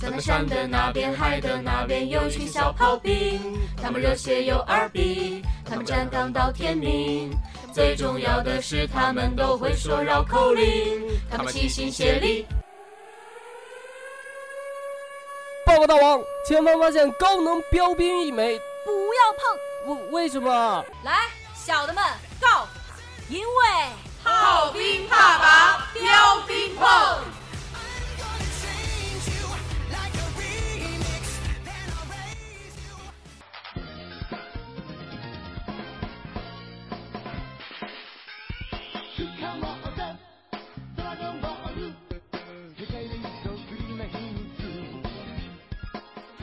他们山的那边，海的那边有群小炮兵，他们热血又二逼，他们站岗到天明。最重要的是，他们都会说绕口令，他们齐心协力。报告大王，前方发现高能标兵一枚，不要碰！为为什么？来，小的们告，因为炮兵怕拔，标兵碰。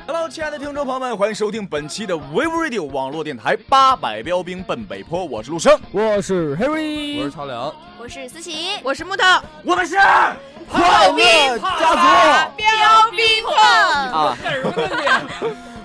Hello，亲爱的听众朋友们，欢迎收听本期的 Wave Radio 网络电台《八百标兵奔北坡》，我是陆生，我是 Harry，曹良，我是思琪，我是木头，我们是快乐家族。标兵碰。啊，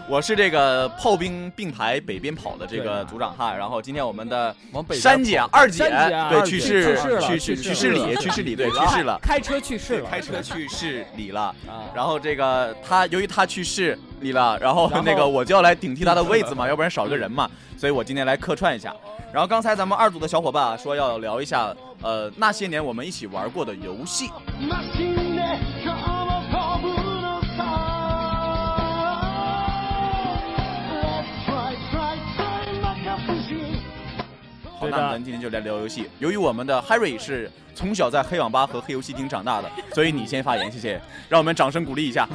我是这个炮兵并排北边跑的这个组长哈，然后今天我们的往北边山姐跑二姐山姐对二姐去去世世了去去世世去世了里去世里对去世了，开车去世对了，开车去世里了。啊！然后这个他由于他去世里了，然后然后那个我就要来顶替他的位 子嘛，要不然少一个人嘛，所以我今天来客串一下。然后刚才咱们二组的小伙伴啊说要聊一下，呃，那些年我们一起玩过的游戏。好，对那我的们今天就来聊游戏。由于我们的 Harry 是从小在黑网吧和黑游戏厅 长大的，所以你先发言，谢谢。让我们掌声鼓励一下。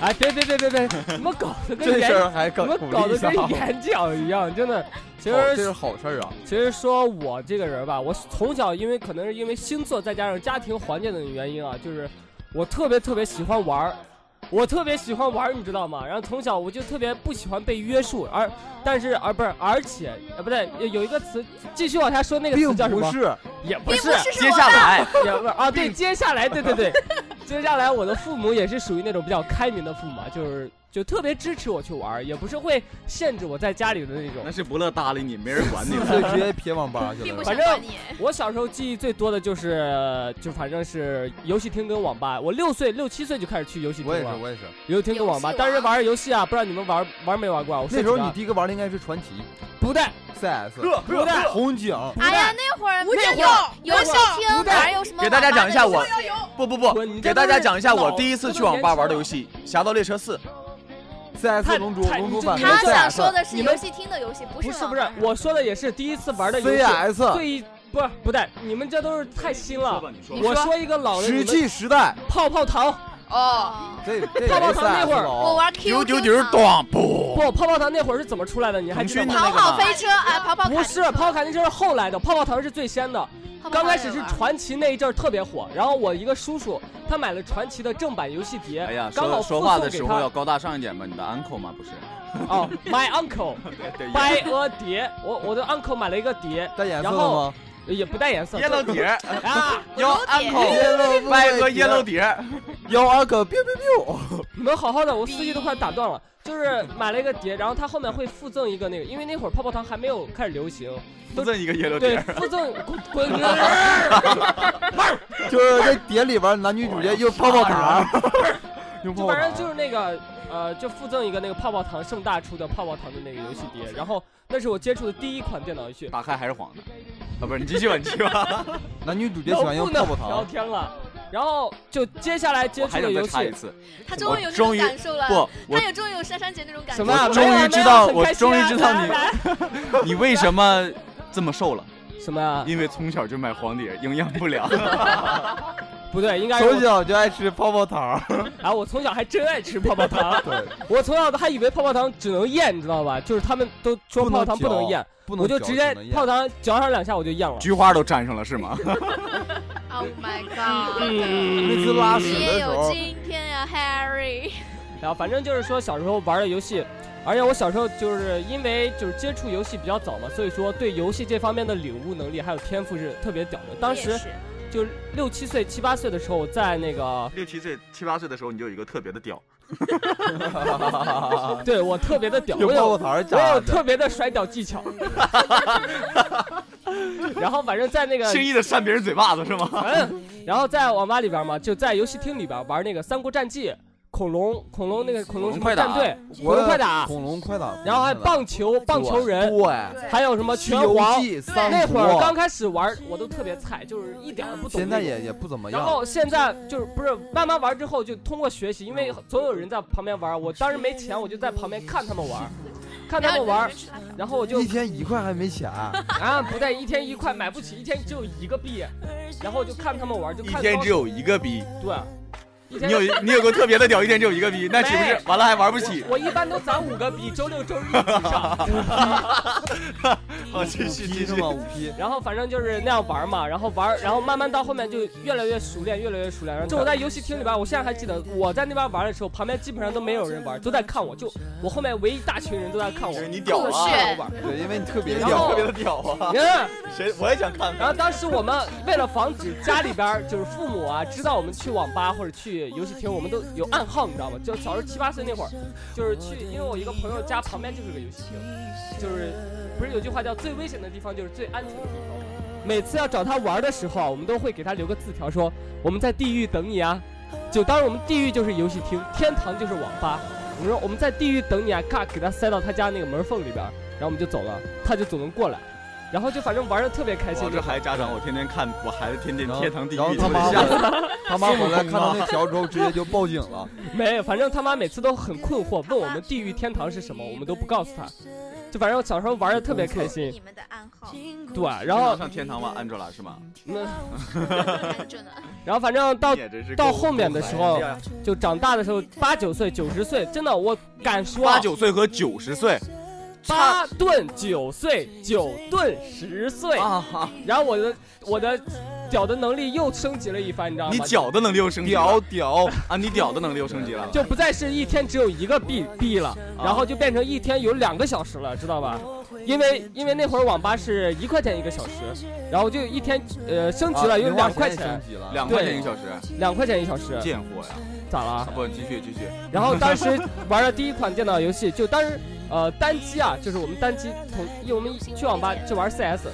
哎，别别别别别，怎么搞得跟这事演，儿还搞怎么搞得跟 演讲一样？真的，其这实是好事儿啊！其实说我这个人吧，我从小因为可能是因为星座再加上家庭环境的原因啊，就是我特别特别喜欢玩儿，我特别喜欢玩儿，你知道吗？然后从小我就特别不喜欢被约束，而但是啊而不是而且呃不对，有有一个词，继续往下说那个词叫什么？是，也不并是不，是接下 来，也不是啊，对，接下来对对对，接下来我的父母也是属于那种比较开明的父母，啊，就是就特别支持我去玩儿，也不是会限制我在家里的那种那。是不乐搭理你，没人管你了。所以直接撇网吧去并不了。想想管管你。我小时候记忆最多的就是，就反正是游戏厅跟网吧。我六岁、六七岁就开始去游戏厅我也是，了，我也是。游戏厅跟网吧。游戏王但是玩游戏啊，不知道你们玩玩没玩过啊？我那时候你说第一个玩的应该是传奇、不带 CS、不带红警。哎呀，那会儿吴建那会儿游戏厅不对哪儿有什么？给大家讲一下我有不不不，滚！你给这大都家是讲一下我老第一次去网吧玩的游。戏《侠盗猎车四》。 CS 太龙珠、太龙珠你反这派他太想 CS、说的是你们游戏厅的游戏，不不是是不是网吧，我说的也是第一次玩的游戏， CS、最不是不带，你们这都是太新了。你说吧我说一个老的，你石们器时代，泡泡糖哦，哦这这泡泡也是糖那 CS 会儿我了。玩九 QQ 九九呢短不？不，泡泡糖那会儿是怎么出来的？你还记得腾讯吗？的跑那个吗跑飞车啊，跑跑卡不是，丁车泡泡卡丁车是后来的，泡泡糖是最先的。泡泡刚卡开丁始车是玩传奇那一啊阵儿特别火，然后我一个叔叔他买了传奇的正版游戏碟，哎呀，刚好说附说话送的给时候他要高大上一点嘛，你的 uncle 嘛不是？哦，My Uncle 对对 buy a 碟，我我的 uncle 买了一个碟，带颜色然的后吗也不带颜色，yellow 就碟 啊！ ，your 碟 uncle，掰个 yellow 碟。幺二个 biu biu 你们好好的，我司机都快打断了。就是买了一个碟，然后他后面会附赠一个那个，因为那会儿泡泡糖还没有开始流行，附赠一个 yellow 对，碟，附赠滚滚，biu，就是这碟里边男女主角用泡泡糖，用就泡泡反正就糖。是那个呃，就附赠一个那个泡泡糖盛大出的泡泡糖的那个游戏碟，然后那是我接触的第一款电脑游戏，打开还是黄的。啊，不是，你继续吧，你继续吧。男女主角喜欢用泡泡聊糖，天了，然后就接下来 接我触还的想再游插一戏，次。他终于有我这终种于感受了，不，我他也终于有珊珊姐那种感受什了。么啊？我终于没有知道没有很我开心啊终于知道你来你为什么这 么瘦了？来什么啊？因为从小就买黄碟，营养不 良。不对，应该是从我。小就爱吃泡泡糖。啊，我从小还真爱吃泡泡糖，对，我从小还以为泡泡糖只能咽，你知道吧？就是他们都说泡泡糖不能咽，不能我就嚼直接只能咽泡泡糖嚼上两下我就咽了。菊花都粘上了是吗？ Oh my god！嗯那次拉屎你的也时有候，今天呀，Harry。然后反正就是说小时候玩的游戏，而且我小时候就是因为就是接触游戏比较早嘛，所以说对游戏这方面的领悟能力还有天赋是特别屌的。当时就是六七岁、七八岁的时候，在那个啊六七岁、七八岁的时候，你就有一个特别的屌。对我特别的屌，用我泡泡有糖我炸有的。特别的甩屌 技巧。然后反正在那个轻易的扇别人嘴巴子是吗？ 嗯，然后在网吧里边嘛，就在游戏厅里边玩那个《三国战记》《恐龙，恐龙那个恐龙什么恐龙快打战队，恐我龙快打，恐龙快打，然后还棒球、棒球人，对，还有什么西拳游皇。记三那会儿国刚开始玩，我都特别菜，就是一点儿不懂那种。现在也也不怎么然样，后现在就是不是慢慢玩之后就通过学习，因为总有人在旁边玩，我当时没钱，我就在旁边看他们玩，看他们玩，然后我就一天一块还没钱， 啊不对，一天一块买不起，一天只有一个币，然后就看他们玩，就一看天高只有一个逼，对，一天你有你有个特别的屌，一天只有一个逼，那岂不是没完了还玩不 起？我一般都攒五个币，周六周日一起上，哦，继 续继批续是，吗？五批，然后反正就是那样玩嘛，然后玩，然后慢慢到后面就越来越熟练，越来越熟练。然后就我在游戏厅里边，我现在还记得我在那边玩的时候，旁边基本上都没有人玩，都在看我，就我后面唯一大群人都在看我就是。你屌酷啊，炫我玩对，因为你特别然后屌，特别的屌啊！你看，谁我也想看然后看。当时我们为了防止家里边儿就是父母啊知道我们去网吧或者去游戏厅，我们都有暗号，你知道吗？就小时候七八岁那会儿，就是去，因为我一个朋友家旁边就是个游戏厅，就是不是有句话叫最危险的地方就是最安全的地方。每次要找他玩的时候啊，我们都会给他留个字条说我们在地狱等你啊。就当然我们地狱就是游戏厅，天堂就是网吧。我们说我们在地狱等你啊，咔给他塞到他家那个门缝里边儿，然后我们就走了，他就总能过来。然后就反正玩的特别开心哦我，这孩子家长，我天天看我孩子天天天堂地狱，然后他妈我得吓死他 妈回来看到那条之后，直接就报警了。没有，反正他妈每次都很困惑，问我们地狱天堂是什么，我们都不告诉他。就反正我小时候玩的特别开心，你们的暗号，对，啊然后上天堂吧，Angela 是吗？那真的，然后反正到你也真是到够后面的时候够狠，就长大的时候，八九岁、九十岁，真的我敢说啊，八九岁和九十岁八顿九岁，九顿十岁，啊哈，然后我的我的屌的能力又升级了一番，你知道吗？你屌的能力又升级了，屌屌啊，你屌的能力又升级了。就不再是一天只有一个币币了，啊然后就变成一天有两个小时了，知道吧？因为因为那会儿网吧是一块钱一个小时，然后就一天呃 升级了有两块啊零花钱升，级了，两块钱一小时，两块钱一小时，贱货呀！啊咋了？不，继续继续。然后当时玩的第一款电脑游戏，就当时呃单机啊，就是我们单机同因为我们一起去网吧就玩 CS，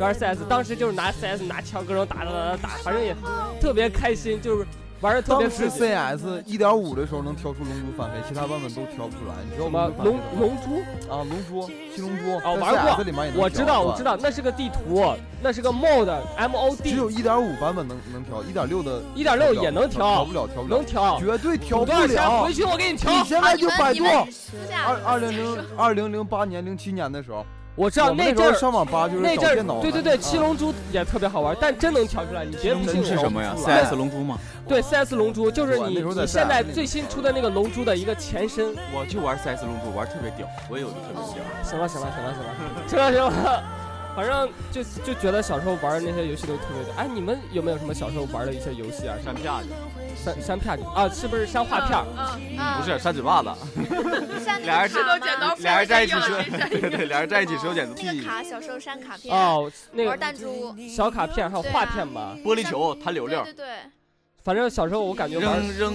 玩 CS，当时就是拿 CS 拿枪各种打打打打打，反正也特别开心，就是玩的特别当刺时激。 CS 一点五的时候能挑出龙珠翻飞，其他版本都挑不出来。你知道什么吗？龙龙珠？啊，龙珠、七龙珠哦在玩过 CS 里面也能我知道，挑我知，道，那是个地图，那是个 mod M O 只 D，有一点五版本能能调，一点六的一点六也能调调不，了，调不了能，调。绝对调有不多少钱？了回。去我给你调。你现在就百度私下二二零零二零零八年零七年的时候，我知我道们那那时阵候儿，上网吧就是那找阵电脑儿，玩对对对，啊七龙珠也特别好玩，但真能调出来，你别不信七龙珠是我什。么呀我不出来？CS 龙珠吗？对，CS 龙珠就是我你那时候在你现在 CS 最新出的那个龙珠的一个前身。我就玩 CS 龙珠，玩特别屌，我也有一个特别屌。行了行了行了行了嗯行了行了。反正就就觉得小时候玩的那些游戏都特别多。哎，你们有没有什么小时候玩的一些游戏啊？扇啪去，山山片啊，是不是山画片儿？嗯，不是扇嘴巴子，删那个俩卡人是吗剪刀俩人在一起说，谁扇对对，俩人在一起手剪子那踢个卡，小时候删卡片，哦，那个玩啊弹珠，小卡片还有画片吧。玻璃球弹溜对溜对，对，反正小时候我感觉玩扔扔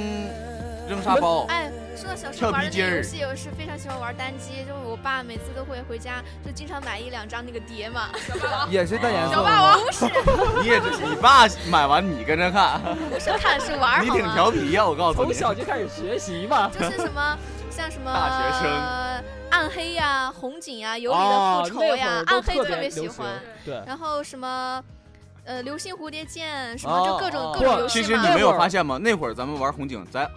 扔沙包，哎，说到小时候玩的那个游戏，我是非常喜欢玩单机，就是我爸每次都会回家就经常买一两张那个碟嘛，也是带颜色的小霸吗。王，不是你也是你爸买完你跟着看，不是看是玩你好挺吗？调皮呀，我告诉从你。小就开始学习 嘛。就是什么像什么大学生暗黑呀、红警呀、有理的哦，复仇呀、那会儿暗都黑特别别喜流行欢，对，然后什么呃流星蝴蝶剑什么就各种、哦各种不游戏其嘛。啊实你没有发现吗？那会儿咱们玩红警，咱还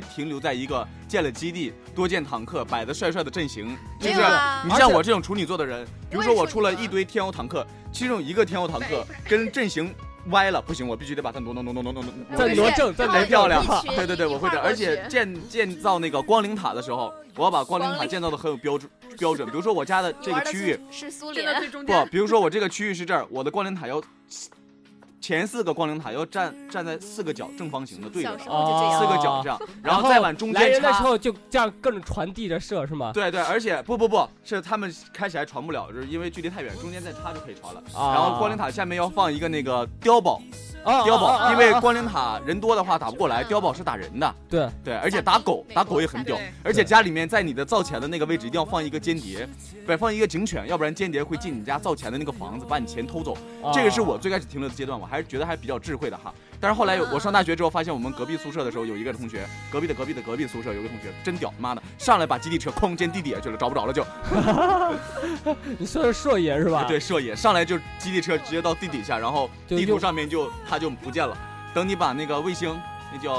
还停留在一个建了基地、多建坦克、摆的帅帅的阵型，就没是有啊你像我这种处女座的人，比如说我出我了也是处女座一堆天欧坦克，其中一个天欧坦克跟阵型歪了，不行，我必须得把它挪挪挪挪挪挪挪挪再挪挪挪正，再然后挪才漂亮有一。群 对对对，我会一块的。过而去且建建造那个光灵塔的时候，我要把光灵塔建造的很有标准标准。比如说我家的你这玩个的区域是是苏真的联，啊最中不，间。比如说我这个区域是这儿，我的光灵塔要前四个光灵塔要站站在四个角正方形的对着小的时。候就这哦样。四个角这样，然后再往中来间人的时插。候就这样各种传递着射是 吗？对对，而且不不不是他们开始还传不了，就是因为距离太远，中间再插就可以传了。啊然后光灵塔下面要放一个那个碉堡，啊，碉啊啊堡，啊因为啊光灵塔人多的话打不过来，碉堡是打人的。对对，而且打狗，打狗也很屌对。而且家里面在你的灶前的那个位置一定要放一个间谍，不放一个警犬，要不然间谍会进你家灶前的那个房子，把你钱偷走。啊这个是我最开始停留的阶段，我还是觉得还比较智慧的哈。但是后来嗯有我上大学之后，发现我们隔壁宿舍的时候，有一个同学，隔壁的隔壁的隔壁宿舍有个同学真屌，妈的，上来把基地车哐扔地底下去了，找不着了就。你说的是硕爷是吧？对，射野上来就基地车直接到地底下，然后就地图用上面就它就不见了。等你把那个卫星，那叫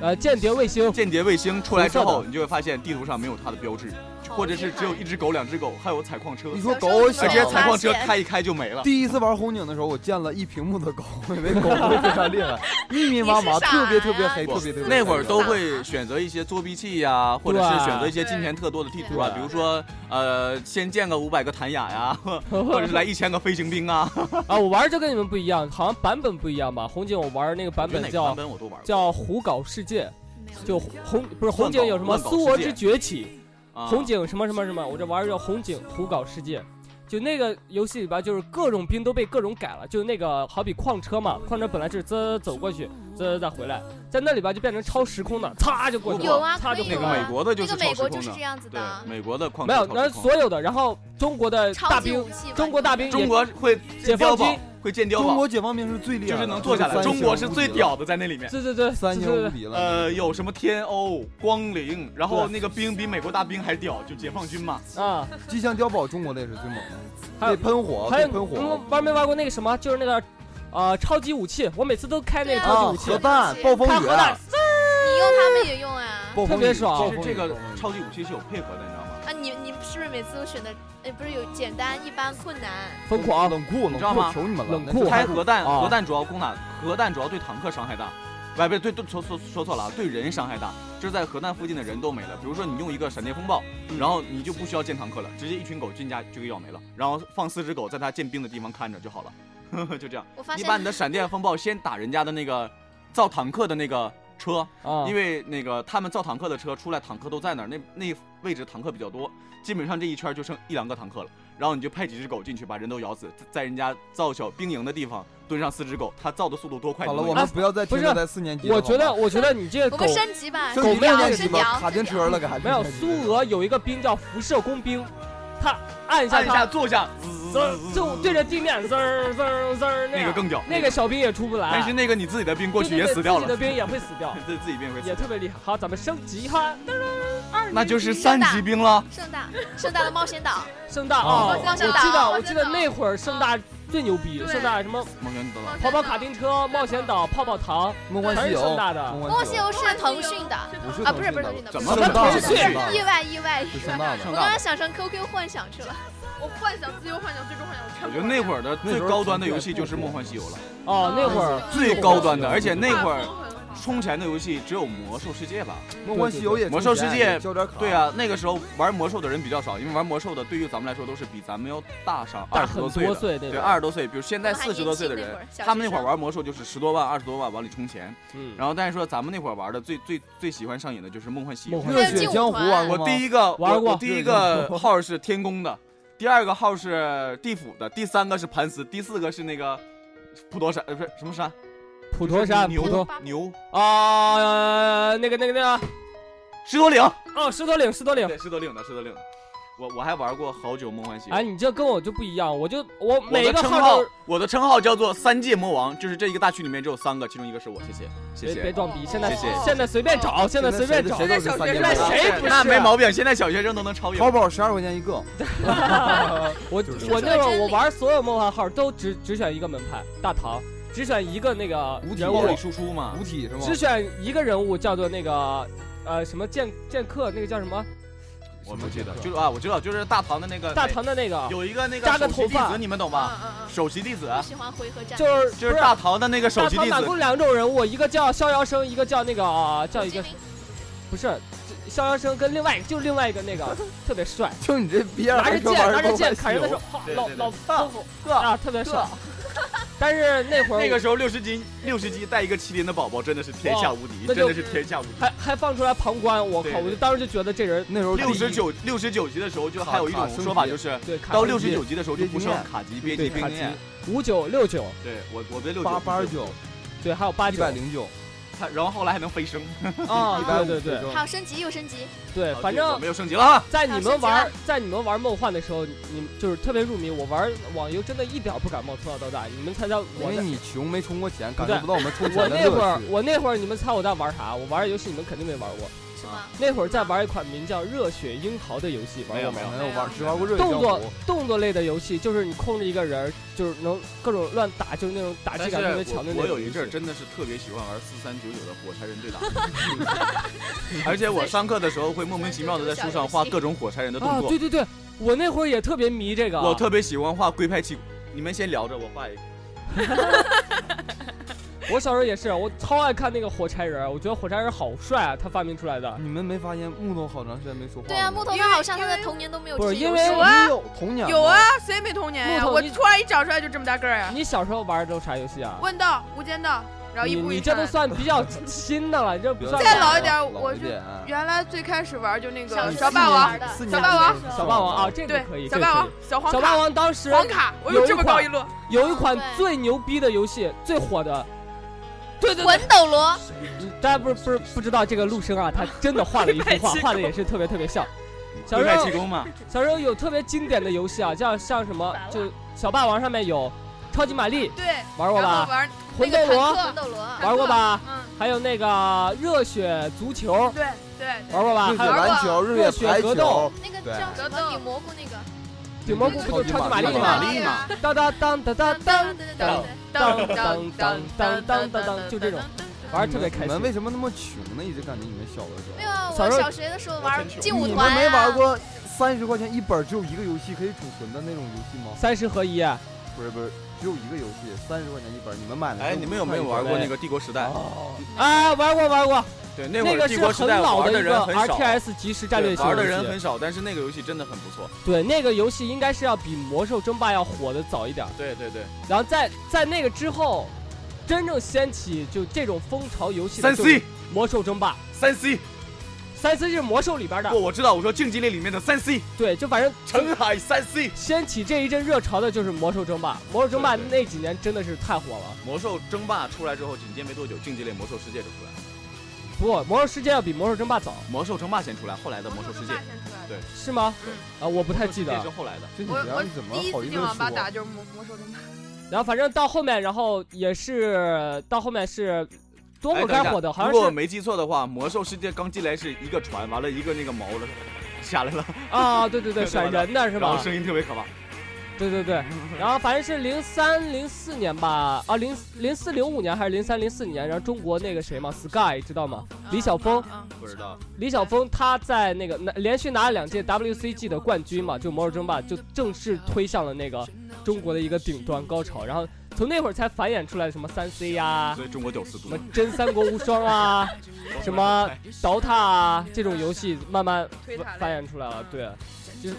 呃，间谍卫星，间谍卫星出来之红色后，的你就会发现地图上没有它的标志，或者是只有一只狗、两只狗，还有采矿车你，说小时狗候啊小直接我采矿车发现开一开就没了。第一次玩红警的时候，我见了一屏幕的狗，我以为狗会非常厉害，密密麻麻，你是傻特别特别呀黑，特别特别黑。那会儿都会选择一些作弊器呀、或者是对选择一些金钱特多的地图啊，对比如说呃，先建个五百个谭雅呀， 或者是来一千个飞行兵啊。啊，我玩儿就跟你们不一样，好像版本不一样吧？红警我玩儿那个版我觉得本哪个叫版本我都玩过。叫《胡搞世界没有》，就红不是红警有什么乱搞苏俄世之界崛起，啊红警什么什么什么，我这玩儿叫红警胡搞世界。就那个游戏里边，就是各种兵都被各种改了。就那个好比矿车嘛，矿车本来是啧走过去，啧再回来，在那里边就变成超时空的，擦就过去了，有啊擦就可以回来那个有啊美国的就那是个超美时国就空是的这，样子对的，啊美国的矿没有，然车超后时空所有的，然后中国的大超级兵武，器吧，中国大兵中也国会解建放碉军堡，，会建碉中堡，国解放兵是最厉就害的，是能坐下来。三星中国是最无敌屌的，在那里面。对对对，三对星对啊无对敌了。呃，有什么天欧、光灵，然后对那个兵比美国大兵还屌，就解放军嘛。啊，机枪碉堡中国的也是最猛的，还有可以喷哦火，还可有以喷你火们，玩没玩过那个什么？就是那个，呃，超级武器，我每次都开那个对超啊，级武器，核弹、暴风开雨啊核，弹，你用他们也用啊。暴风雨特别爽暴其风实雨这暴个风雨超级武器是有配合的，你知道吗？啊，你你是不是每次都选的，哎，不是有简单、一般、困难？疯狂，冷酷，冷知道吗酷，求你们了，冷酷开核弹，啊核弹主要攻打核弹主要对坦克伤害大，哎不不对对说说说错了啊，对人伤害大，就是在核弹附近的人都没了。比如说你用一个闪电风暴，嗯然后你就不需要建坦克了，直接一群狗进家就给咬没了，然后放四只狗在它建兵的地方看着就好了， 就这样。我发你现把你的闪电风暴先打人家的那个造坦克的那个车，啊，哦因为那个他们造坦克的车出来，坦克都在那儿，那那位置坦克比较多，基本上这一圈就剩一两个坦克了。然后你就派几只狗进去，把人都咬死，在人家造小兵营的地方蹲上四只狗，它造的速度多快？好了，你我能们不要再停啊不是留在四年级了。我觉得，好吗我觉得你这个我狗们升级吧，升狗级升没有六聊年级升吧，聊卡丁升聊车了，还啊没有苏俄有一个兵叫辐射工兵，他按一下按下他，坐下，滋就对着地面滋儿滋儿滋儿那那个样，更屌。那个，小兵也出不来，但是那个你自己的兵过去对对也对死掉自己的了，兵也会死掉，对自己兵会死也特别厉害。好，咱们升级哈，噔噔二那就是三级兵了。盛大，盛大的冒险 岛，盛大哦啊！我我记知道得，我记得我知道嗯那会儿盛大最牛逼，对盛大什么蒙元，你 懂了。跑跑卡丁车、冒险岛、泡泡糖，梦幻全西是游，盛大的。梦梦幻西游是腾讯的，不啊不是不是腾讯的怎不么是什么腾不是讯不是意外意外是意盛外，大的盛我大刚刚的想成 QQ 幻想去了，我幻想自由幻想最终幻想全部玩我觉遍。得那会儿的最高端的游戏就是《梦幻西游》了，嗯哦，那会儿最高端的，而且那会儿画 风很好充钱的游戏只有《魔兽世界》吧。梦幻西游也魔兽世界交点卡，对，啊，那个时候玩魔兽的人比较少，因为玩魔兽的对于咱们来说都是比咱们要大上大二十很多岁的，岁那对，个，二十多岁，比如现在我们还四十多岁的年轻人那会儿，小他们那学会儿生玩魔兽就是十多万、二十多万往里充钱，嗯，然后但是说咱们那会儿玩的最最最喜欢上瘾的就是梦幻西游梦。幻热血江湖啊玩过吗？我第一个玩我过我第一对个对号是天宫的，第二个号是地府的，第三个是盘丝，第四个是那个普陀山，呃，不是什么山，普陀山，牛普陀牛啊，呃那个那个那个，石头岭，哦，石头岭，石头岭。对，石头岭的石头岭的，我我还玩过好久梦幻西游。哎，你这跟我就不一样，我就我我每一的个称号号都是，我的称号叫做三界魔王，就是这一个大区里面只有三个，其中一个是我，谢谢，谢别别谢。装逼，现在谢谢现在随便找，现在随便找谁，都是三年现在级的谁不是那没毛病，现在小学生都能超越淘我。宝十二块钱一个，我就是我那会说儿真我理玩所有梦幻号都只只选一个门派，大唐，只选一个那个无敌人暴物力，输出嘛五，体是吗？只选一个人物叫做那个呃什么剑剑客，那个叫什么我不记得，就是啊，我知道，就是大唐的那个大唐的那个，有一个那个扎个首席头发弟子，你们懂吧？嗯嗯首席弟子不喜欢回合战，就是就是不大唐的那个首大席唐弟打子工两种人物，一个叫逍遥生，一个叫那个、啊叫一个不是这逍遥生跟另外一个就是另外一个那 个特别帅，就你这逼样，拿着剑拿着剑砍人的时候，候，哗对对老对老啊功夫啊特别帅。 但是那会儿那个时候六十斤六十斤带一个麒麟的宝宝真的是天下无敌，那真就的是天下无敌。还还放出来旁观，我对靠！对我就当时就觉得这人那时候六十九六十九级的时候，就还有一种说法就是。对卡到路六里十九级的时候就不剩别卡级别对级兵卡变，五九六九对我我对六八八十九对还有八一九百零九，它然后后来还能飞升。啊，对对对150好，升级又升级，对，好哎反对我正们又升级了啊！在你好们升级玩了在你们玩梦幻的时候，你你们就是特别入迷。我玩网游真的一点儿不感冒，从小到大。你们猜猜因我为的你穷没充过钱，感受不到我们充我钱的那会乐儿趣。我那会儿你们猜我在玩啥？我玩的游戏你们肯定没玩过。是吗？那会儿在玩一款名叫《热血樱桃》的游戏，玩没过有吗没有没有玩，只玩过热血动江作湖。动作类的游戏，就是你控制一个人儿，就是能各种乱打，就是那种打但击是感特别强我的那我种游戏。有一阵儿真的是特别喜欢玩四三九九的火柴人对打， 而且我上课的时候会莫名其妙的在书上画各种火柴人的动啊，作。对对对，我那会儿也特别迷这个啊。我特别喜欢画龟派气功，你们先聊着，我画一个。我小时候也是，我超爱看那个火柴人儿，我觉得火柴人儿好帅啊，他发明出来的。你们没发现木头好长时间没说话吗？对啊，木头因他为好像他因的为童年都没有不是这些因游为戏有啊你有童年吗有啊，，谁没童年呀、木头我你突然一长出来就这么大个儿呀、你小时候玩的都啥游戏啊？问道、无间道，然后一你步一你这串都。算比较新的了，你这不算再老老一点儿，老我一就点。啊哎原来最开始玩就那小个时小候霸王，玩的四小年霸王级的时候小霸王啊，，这个对可以，，小这个霸可王以，小黄小霸卡，王当时黄卡，我有这么高一摞，有一款嗯对最牛逼的游戏，最火的。对对对，魂斗罗，大家不是不是不知道这个陆生啊，他真的画了一幅画，画的也是特别特别像。小嗯时龟派候气功嘛，小时候有特别经典的游戏啊，叫像什么，就小霸王上面有超级玛丽，对，玩过然后吧？玩，魂斗那个罗坦克魂斗罗啊， 玩过吧？嗯，还有那个热血足球对对，玩过吧？日还啊血有玩篮球、热日血排球格斗、那个对叫什么顶蘑菇那个，顶蘑菇不就超级玛丽超级吗玛？丽嘛，当当当当当当，当当当当当当当当就这种玩得特别开你们心。为什么那么穷呢？一直感觉你们小的时没候。有啊，我小时候小学的时候玩劲舞你团们没啊玩过三十块钱一本只有一个游戏可以储存的那种游戏吗？三十合一，不是不是，只有一个游戏，三十块钱一本，你们买的？哎，你们有没有玩过对那个《帝国时代》？哦，啊，玩过玩过，对，那那会儿《个帝是国时代》很老玩的的一个人很少， RTS 即时战略性玩的游戏人很少，但是那个游戏真的很不错。对，那个游戏应该是要比魔兽争霸要火的早一点儿，对对对，然后在在那个之后，真正掀起就这种风潮游戏的三 C 魔兽争霸，三 C，三 C 是魔兽里边不，的，我知道，我说竞技类里面的三 C，对，就反正澄海三 C。掀起这一阵热潮的就是魔兽争霸，魔兽争霸对那几年真的是太火了。魔兽争霸出来之后，紧接没多久，竞技类魔兽世界就出来了。不，魔兽世界要比魔兽争霸早，魔兽争霸先出来，后来的魔兽世界，是吗？啊，我不太记得这是了。后来的。这你我我怎么第一好次意思进网吧打说？就是魔魔兽争霸，然后反正到后面，然后也是到后面是多会哎儿等一该下火的，好像如果我是没记错的话，魔兽世界刚进来是一个船，完了一个那个毛了 下来了，啊，对对对， 对闪对吧人的是然后吧？声音特别可怕。对对嗯对。然后反正是零三零四年吧，啊零零四零五年还是零三零四年，然后中国那个谁嘛，Sky 知道吗？李晓峰，嗯不知道，李晓峰他在那个拿连续拿了两届 WCG 的冠军嘛，就魔兽争霸就正式推向了那个中国的一个顶端高潮，然后从那会儿才繁衍出来什么三 C 呀、所以中国屌丝什多么。真三国无双 啊，什么 DOTA 啊这种游戏慢慢推塔发展出来了，对，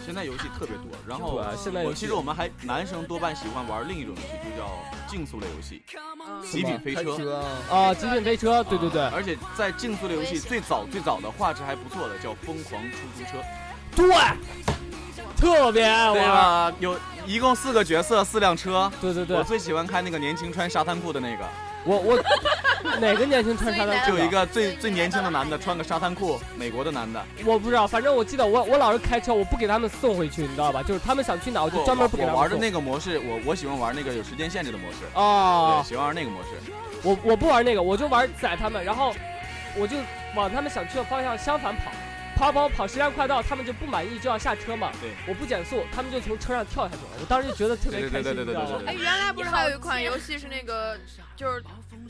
现在游戏特别多，然对后啊，现在我游其戏实我们还男生多半喜欢玩另一种游戏，就叫竞速类游戏，极品飞车。车啊，啊，极品飞车，对对对而且在竞速类游戏最早最早的画质还不错的叫《疯狂出租车》，对，特别爱对啊玩，吧？有一共四个角色，四辆车。对对我对，最喜欢看那个年轻穿沙滩裤的那个，我我哪个年轻穿沙滩就裤有一的？个最最年轻的男的穿个沙滩裤，美国的男的，我不知道，反正我记得我我老是开车，我不给他们送回去，你知道吧？就是他们想去哪，我就专门不给我他玩们送。的那个模式，我我喜欢玩那个有时间限制的模式，哦对，，喜欢玩那个模式。我我不玩那个，我就玩宰他们，然后我就往他们想去的方向相反跑，跑跑跑，时间快到，他们就不满意就要下车嘛。对，我不减速，他们就从车上跳下去了。我当时就觉得特别对开对心，对对对对你知道对吗哎，对。原来不是还有一款游戏是那个，就是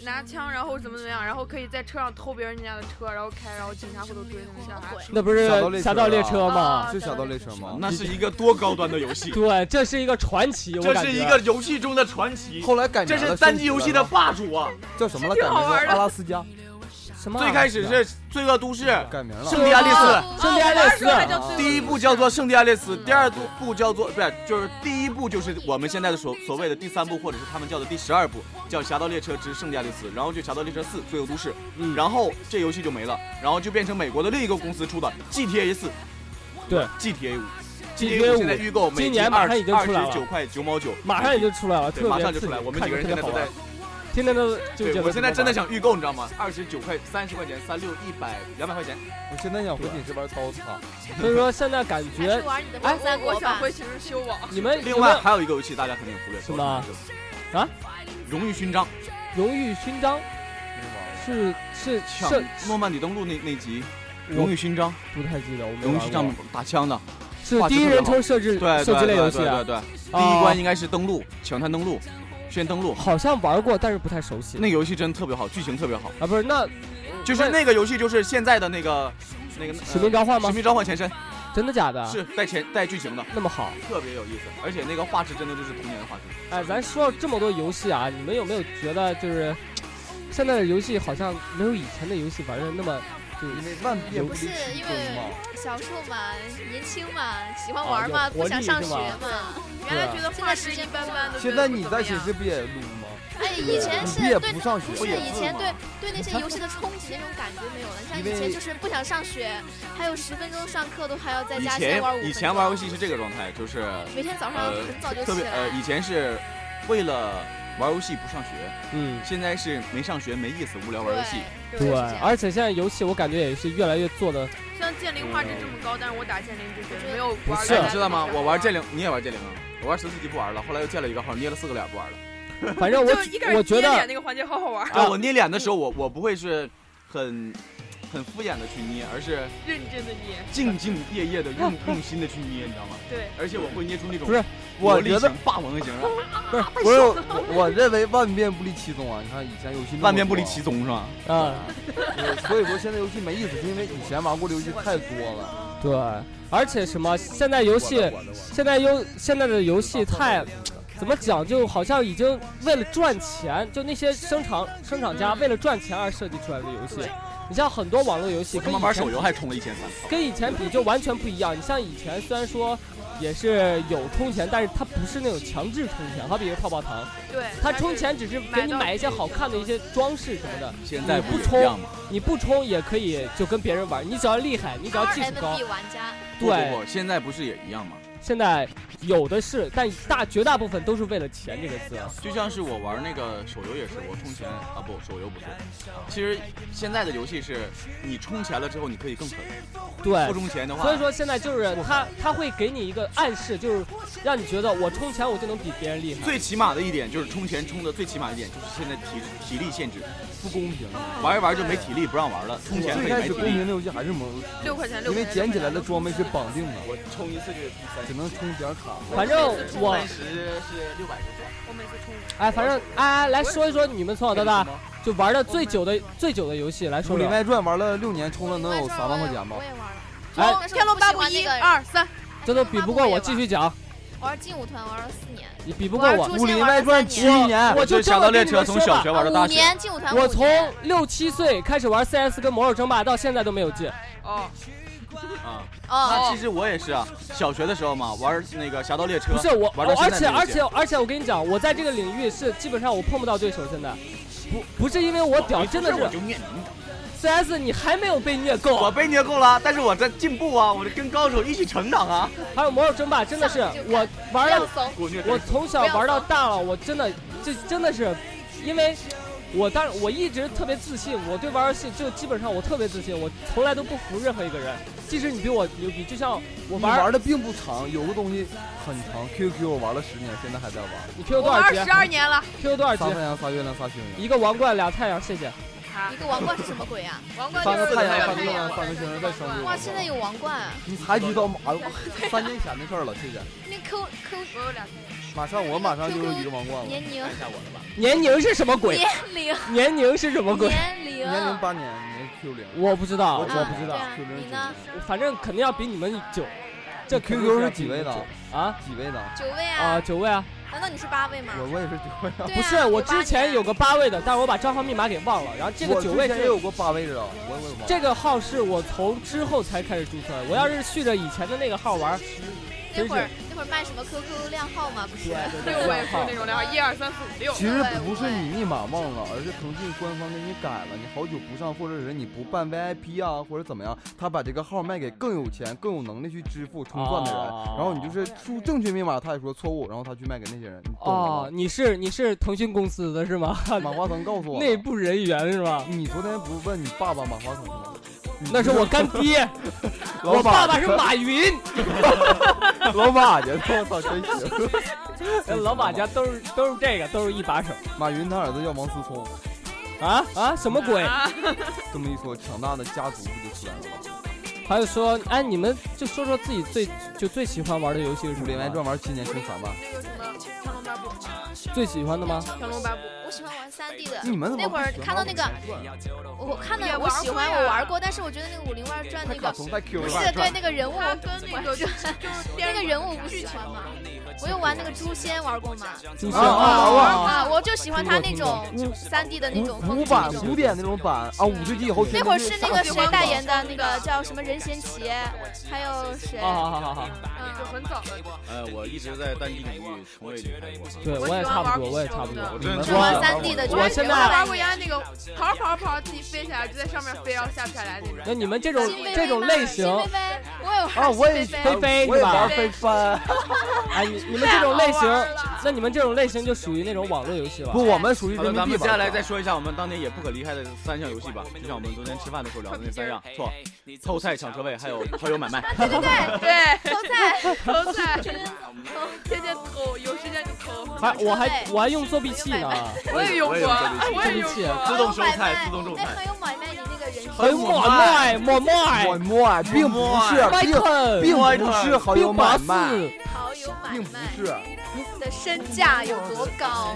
拿枪，然后怎么怎么样，然后可以在车上偷别人家的车，然后开，然后警察会都追那个小孩。那不侠盗是猎侠盗车猎啊车吗？啊就小盗猎车吗？那是一个多高端的游戏，哦 对，这是一个传奇，我这感是一觉个游戏中的传奇，后来改名这了是单机游戏的霸主啊！叫什么了？挺改好名玩的叫阿拉斯加，什么啊？最开始是《罪恶都市》，改名了。圣地亚历斯。圣地亚历斯还叫第一部叫做《圣地亚历斯》，嗯第二部叫做不是，就是第一部就是我们现在的所所谓的第三部，或者是他们叫的第十二部，叫《侠盗猎车之圣地亚历斯》，然后就《侠盗猎车四：罪恶都市》，嗯，然后这游戏就没了，然后就变成美国的另一个公司出的 GTA 四，对 GTA 五 GTA 五现在预购每今集年马二上已经二出十来了九块九毛九，马上也就出来了，对特马别上就刺激出来，我们看几个着人特别好现在都玩在天天都就对觉得我现在真的想预购，你知道吗？二十九块、三十块钱、三六、一百、两百块钱。我现在想回寝室玩操啊场，所以说现在感还觉是玩你的哎魔三国我吧想。回寝室修网，你们另有没外有还有一个游戏大家肯定忽略，什么叫啊？荣誉勋章，荣誉勋章是是抢是，诺曼底登陆那那集，荣我誉勋章，不太记得，我没荣誉勋玩章过打枪的，是哇第一这个人好称射击对啊射击对类对游对戏啊对，对，第哦一关应该是登陆，抢滩登陆，先登陆。好像玩过，但是不太熟悉。那呃个游戏真特别好，剧情特别好，啊不是那就是那个游戏就是现在的那个那个呃使命召唤吗啊使？命召唤前身真的假的？是带前带剧情的，那么好。特别有意思，而且那个画质真的就是童年的画质。哎，咱说了这么多游戏啊，你们有没有觉得就是现在的游戏好像没有以前的游戏玩的那么因为万变不离不是其因宗为嘛。小时候嘛，年轻嘛，喜欢啊玩有活嘛，不力想上是学吧嘛。原来觉得画质一般般的。现在你在寝室不也撸吗？哎，以前是你也对不上学，不是以前对对那些游戏的憧憬那种感觉没有了，像以前就是不想上学，还有十分钟上课都还要在以家先前玩五分钟。以前玩游戏是这个状态，就是每天早上很早就特起别来，呃，以前是为了玩游戏不上学，嗯现在是没上学没意思，无聊玩游戏。对对就是这，样而且现在游戏我感觉也是越来越做的像剑灵画质这么高，但是我打剑灵就觉得没有不玩。是哎你知道吗？我玩剑灵，你也玩剑灵啊？我玩十四级不玩了，后来又建了一个号，捏了四个脸不玩了。 反正我就一个人我觉捏脸得那个环节好好玩，啊，我捏脸的时候，我我不会是很很敷衍的去捏，而是认真的捏。兢兢业业的用用心的去捏，你知道吗？对，而且我会捏出那种不是我萝莉觉得型霸王型啊，不是我，我认为万变不离其宗啊！你看以前游戏那么万变不离多其宗是吧？啊、对 所以说现在游戏没意思，是因为以前玩过的游戏太多了。对，而且什么现在游戏现在游现在的游戏太。怎么讲？就好像已经为了赚钱，就那些生产生产家为了赚钱而设计出来的游戏。你像很多网络游戏，我他跟妈以玩前手游还充了一千三，跟以前比就完全不一样。你像以前虽然说也是有充钱，但是它不是那种强制充钱，好比一个泡泡糖，对，它充钱只是给你买一些好看的一些装饰什么的，现在不一样嘛？你不充也可以就跟别人玩，你只要厉害，你只要技术高 RMB，玩家，不不对，不，现在不是也一样吗？现在有的是，但大绝大部分都是为了钱这个啊字。就像是我玩那个手游也是，我充钱啊不，手游不是。其实现在的游戏是，你充钱了之后你可以更狠，对不，充钱的话，哎所以说现在就是他他会给你一个暗示，就是让你觉得我充钱我就能比别人厉害。最起码的一点就是充钱充的最起码一点就是现在体体力限制，不公平。玩一玩就没体力不让玩了，充钱可最以开没始体公平力。的游戏还是魔游戏，六块钱，六因块为钱。捡起来的装备是绑定的，我充一次就得充三只能充点卡。反正我三十是六百多块。我每次充哎，反正哎来说一说你们从小到大就玩的最久的最久的游戏来《武说林说。外传》玩了六年，充了能有我也三万块钱吧我？也玩了，哎但是天我龙不八喜部欢那一个二三，这都比不过我，继续讲，我玩劲舞团玩了四年，你比不过我玩。武林外传我七年，我就就这侠么盗跟猎你车们从说小吧学，玩到大五学，年劲舞团五我年，从六七岁开始玩 CS 跟魔兽争霸，到现在都没有进。哦，啊，那哦其实我也是啊，小学的时候嘛，玩那个侠盗猎车不，是我，玩到而且现在而没有且而且我跟你讲，我在这个领域是基本上我碰不到对手。现在，不不是因为我屌，真的我是就虐你。 CS 你还没有被虐我够，被虐够了，但是我在进步啊，我跟高手一起成长啊。还有魔兽争霸，真的是上去就我干玩到不要怂，我虐我从小玩到大了，我真的这真的是，因为我当我一直特别自信，我对玩游戏就基本上我特别自信，我从来都不服任何一个人，即使你比我牛逼，就像我你玩儿玩的并不长，有个东西很长，QQ 我玩了十年，现在还在玩。你 Q 我多少啊玩级十二年了， ？Q 多少级撒？太阳，撒月亮，撒星星，一个王冠俩太阳，谢谢。一个王冠是什么鬼啊？啊王冠翻就个是太阳，太翻个月亮，阳，翻个星星，再升入。哇，现在有王冠，啊你才知道吗？哎呦，三年前的事儿了，谢谢。那 Q Q 我有俩太马上我马上就是一个王冠了，年龄一下我的吧。年龄是什么鬼？年龄年龄是什么鬼？年龄年龄八年，你是 Q 零。我不知道，我我不知道，啊就对是啊这你呢？反正肯定要比你们久。这你 QQ 肯定要是比几你们位的久啊？几位的？九位啊，啊？九位啊？难道你是八位嗯吗？我我也是九位啊。对啊不是，我之前有个个八位的，但是我把账号密码给忘了。然后这个 我九位之前也是有过八位的，我我也忘了。这个号是我从之后才开始注册的。我要是续着以前的那个号玩，那会儿那会会儿卖什么 QQ 量号嘛，不是？啊六位数那种量，一二三四五六。其实不是你密码忘了，而是腾讯官方给你改了，你好久不上，或者是你不办 VIP 啊，或者怎么样，他把这个号卖给更有钱、更有能力去支付充钻的人，哦然后你就是输正确密码，他也说错误，然后他去卖给那些人，你懂了，哦吗？你是你是腾讯公司的是吗？马化腾告诉我，内部人员是吧？你昨天不是问你爸爸马化腾吗？那是我干爹，我爸爸是马云， 老马家，我操，真行！ 老马家都是都是这个，都是一把手马云他儿子叫王思聪，啊啊！什么鬼？啊这么一说，强大的家族不就出来了吗？还有说，哎，你们就说说自己最就最喜欢玩的游戏是什《武么林外吧？传》玩七年升三万，那个什么《天龙八部》，最喜欢的吗？ 《天龙八部》我喜欢玩三 D 的。你们怎么那会儿不喜欢看到那个玩武林外传我看也到我玩喜过欢呀我玩过，但是我觉得那个《武林外传》太那个卡通太 Q 不了，是对那个人物，它跟那个就是那电个视人物不喜欢嘛。我又玩那个诛仙玩过嘛，诛仙啊啊啊啊！啊，我就喜欢他那听过种三 D 的那种风古格那版种。古典那种版啊，五十级以后那会儿是那个谁代言的？那个叫什么任贤齐，还有谁？啊，好好好好，就嗯，很早的。呃，我一直在单机领域从未离开过。对我也差不多，我也差不多。我真的什么三 D 的，就我是现我在还还玩玩过过人家那个跑跑跑，自己飞起来就在上面飞，然后下不下来那种。那你们这种新飞这种类型，哦新飞飞，我也玩啊，我也新飞飞飞飞我也是吧玩飞翻。哎， 你你们这种类型太好玩了，那你们这种类型就属于那种网络游戏吧？不，我们属于好人的，民币玩咱们接下来再说一下我们当年也不可离开的三项游戏吧，就像我们昨天吃饭的时候聊的那三样，错，偷菜抢车位，还有好友买卖。对对 对， 对，偷 菜，偷菜，天天偷，有时间就偷。还我还对我还用作弊器我呢用我买，也用过，啊我也用自过。啊动收菜，自动种那菜。很有买卖你那个人设。哎我卖我卖我摸，并不是，麦并肯并不是好友并买八卖，四，好友买并不卖是。的身价有多 高？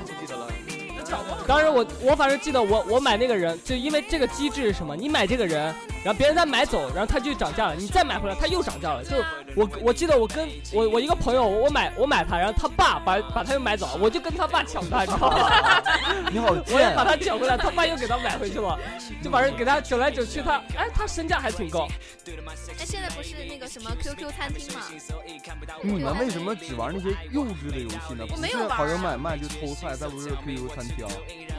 当时我我反正记得我我买那个人，就因为这个机制是什么？你买这个人，然后别人再买走，然后他就涨价了，你再买回来他又涨价了。就我我记得我跟我我一个朋友，我买我买他，然后他爸把把他又买走，我就跟他爸抢他，你知道吗？你好我也贱把！他抢回来，他爸又给他买回去了，就反正给他整来整去，他哎他身价还挺高。哎，现在不是那个什么 QQ 餐厅嘛？你们为什么只玩那些幼稚的游戏呢？我不没有是玩好友买卖就偷菜，再不是 QQ 餐厅。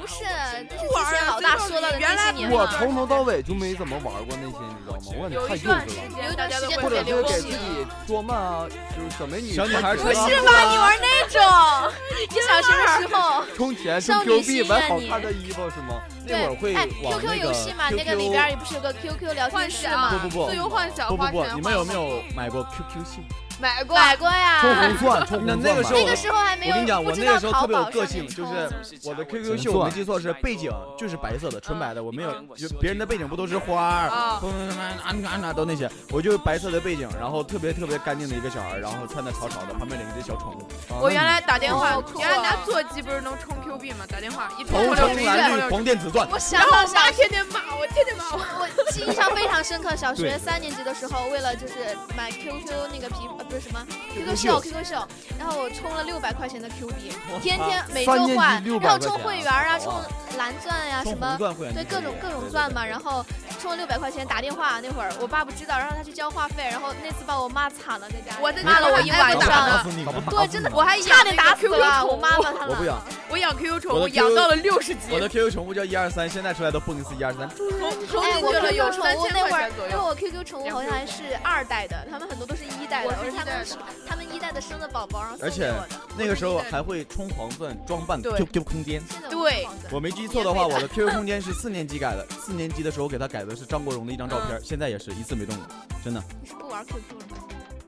不是，那是之前老大说到的原那来些年我嘛。从头到尾就没怎么玩过那些，你知道吗？我感觉有太一幼段稚了。时间有一大段家时都间或会者是特别流流给行自己做梦啊，就是小美女啊小女孩不吃是吧？你玩那种？你小学的时候，充钱、充少女 Q 心币愿买好看的衣服是吗？那会儿会对，哎往，QQ 游戏嘛，那 QQ 个里边也不是有个 QQ 聊幻天室想，嘛？不不不啊自由幻想，不不花不，钱你们有没有买过 QQ 信？买过？买过充呀红。钻，充红那钻那个嘛时候那个时候还没我有，跟你讲，不我知那道个时候淘特别有宝个上性，面就充是我的 QQ 红信，钻我没记错嗯是背景就是白色的，纯白的，我没有，就别人的背景不都是花儿，啊，啊啊啊都那些，我就白色的背景，然后特别特别干净的一个小孩，然后穿的潮潮的，旁边领着小宠物，啊我原来打电话哦酷，啊原来拿座机不是能充 Q 币嘛？打电话一充红五六橙零，蓝六绿六零。黄靛紫钻， 我想然后到我小妈天天骂我，天天骂我。 我印象非常深刻，小学对三年级的时候，为了就是买 QQ 那个皮呃不是什么 QQ QQ 秀秀 QQ 秀，然后我充了六百块钱的 Q 币，天啊天每周三年级换， 600然块后充钱会员啊，好充啊蓝钻呀、充什红么。钻会员，对各种各种钻嘛，然后充了六百块钱打电话那会儿，我爸不知道，让他去交话费，然后那次把我骂惨了，在家里我在家骂了我一晚挨打上，呢打死你！对，真的我还差养点那打个死 QQ 了，我宠物，妈把他哎我不了。养，我养 QQ 宠我的物 Q- 养到了六十级，我的 QQ 宠物叫一二三，现在出来都蹦一次一二三，投投哎，进我去了 QQ 有宠三物千那会块儿钱左，因为右。我 QQ 宠物好像还是二代的，他们很多都是一代的，我我是是一他代们的是他们一代的生的宝宝，然后送而且给我的。那个时候还会充黄钻装扮对 QQ 空间。现在我对不放的我没记错的话，我的 QQ 空间是四年级改的，四年级的时候给他改的是张国荣的一张照嗯片，现在也是一次没动过，真的。你是不玩 QQ 了吗？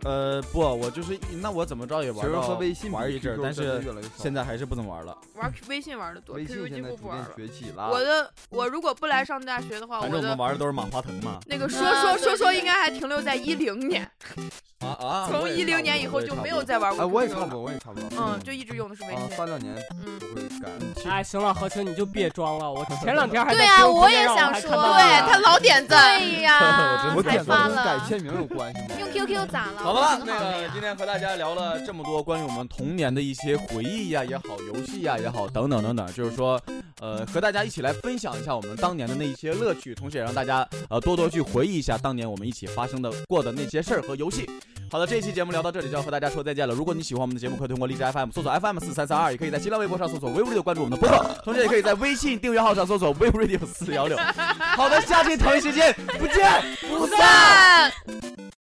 呃，不，我就是那我怎么着也其玩实到和微信比玩一阵儿，但 QQ 真的是越来越少现在还是不怎么玩了。玩微信玩的多微信，QQ 现几在乎逐不玩渐啊了。崛起我了。的我如果不来上大学的话，反啊我正我们的玩的都是马化腾 嘛。那嗯个说啊说对说对说对应该还停留在一零年，啊嗯啊！从一零年以后就没有再玩哎，过 QQ 了。我也差不多，我也差不多。嗯，就一直用的是微啊，信。三两年嗯不会改。哎，行了，何晴你就别装了，我前两天还在对啊 QQ 空我间也上想还看说到对了啊他老点对 呀我，才点赞发跟改了。签名有关系吗？用 QQ 咋了？好我了，很那好的个呀今天和大家聊了这么多关于我们童年的一些回忆呀、也好，游戏呀、也好，等等等等，就是说，呃，和大家一起来分享一下我们当年的那一些乐趣，同时也让大家呃多多去回忆一下当年我们一起发生的过的那些事儿和游戏。好的，这一期节目聊到这里就要和大家说再见了。如果你喜欢我们的节目，快通过荔枝 FM 搜索 FM 四三三二，也可以在新浪微博上搜索 WeRadio 关注我们的播客，同时也可以在微信订阅号上搜索 WeRadio 四幺六。好的，下期同一时间不见不散。赞。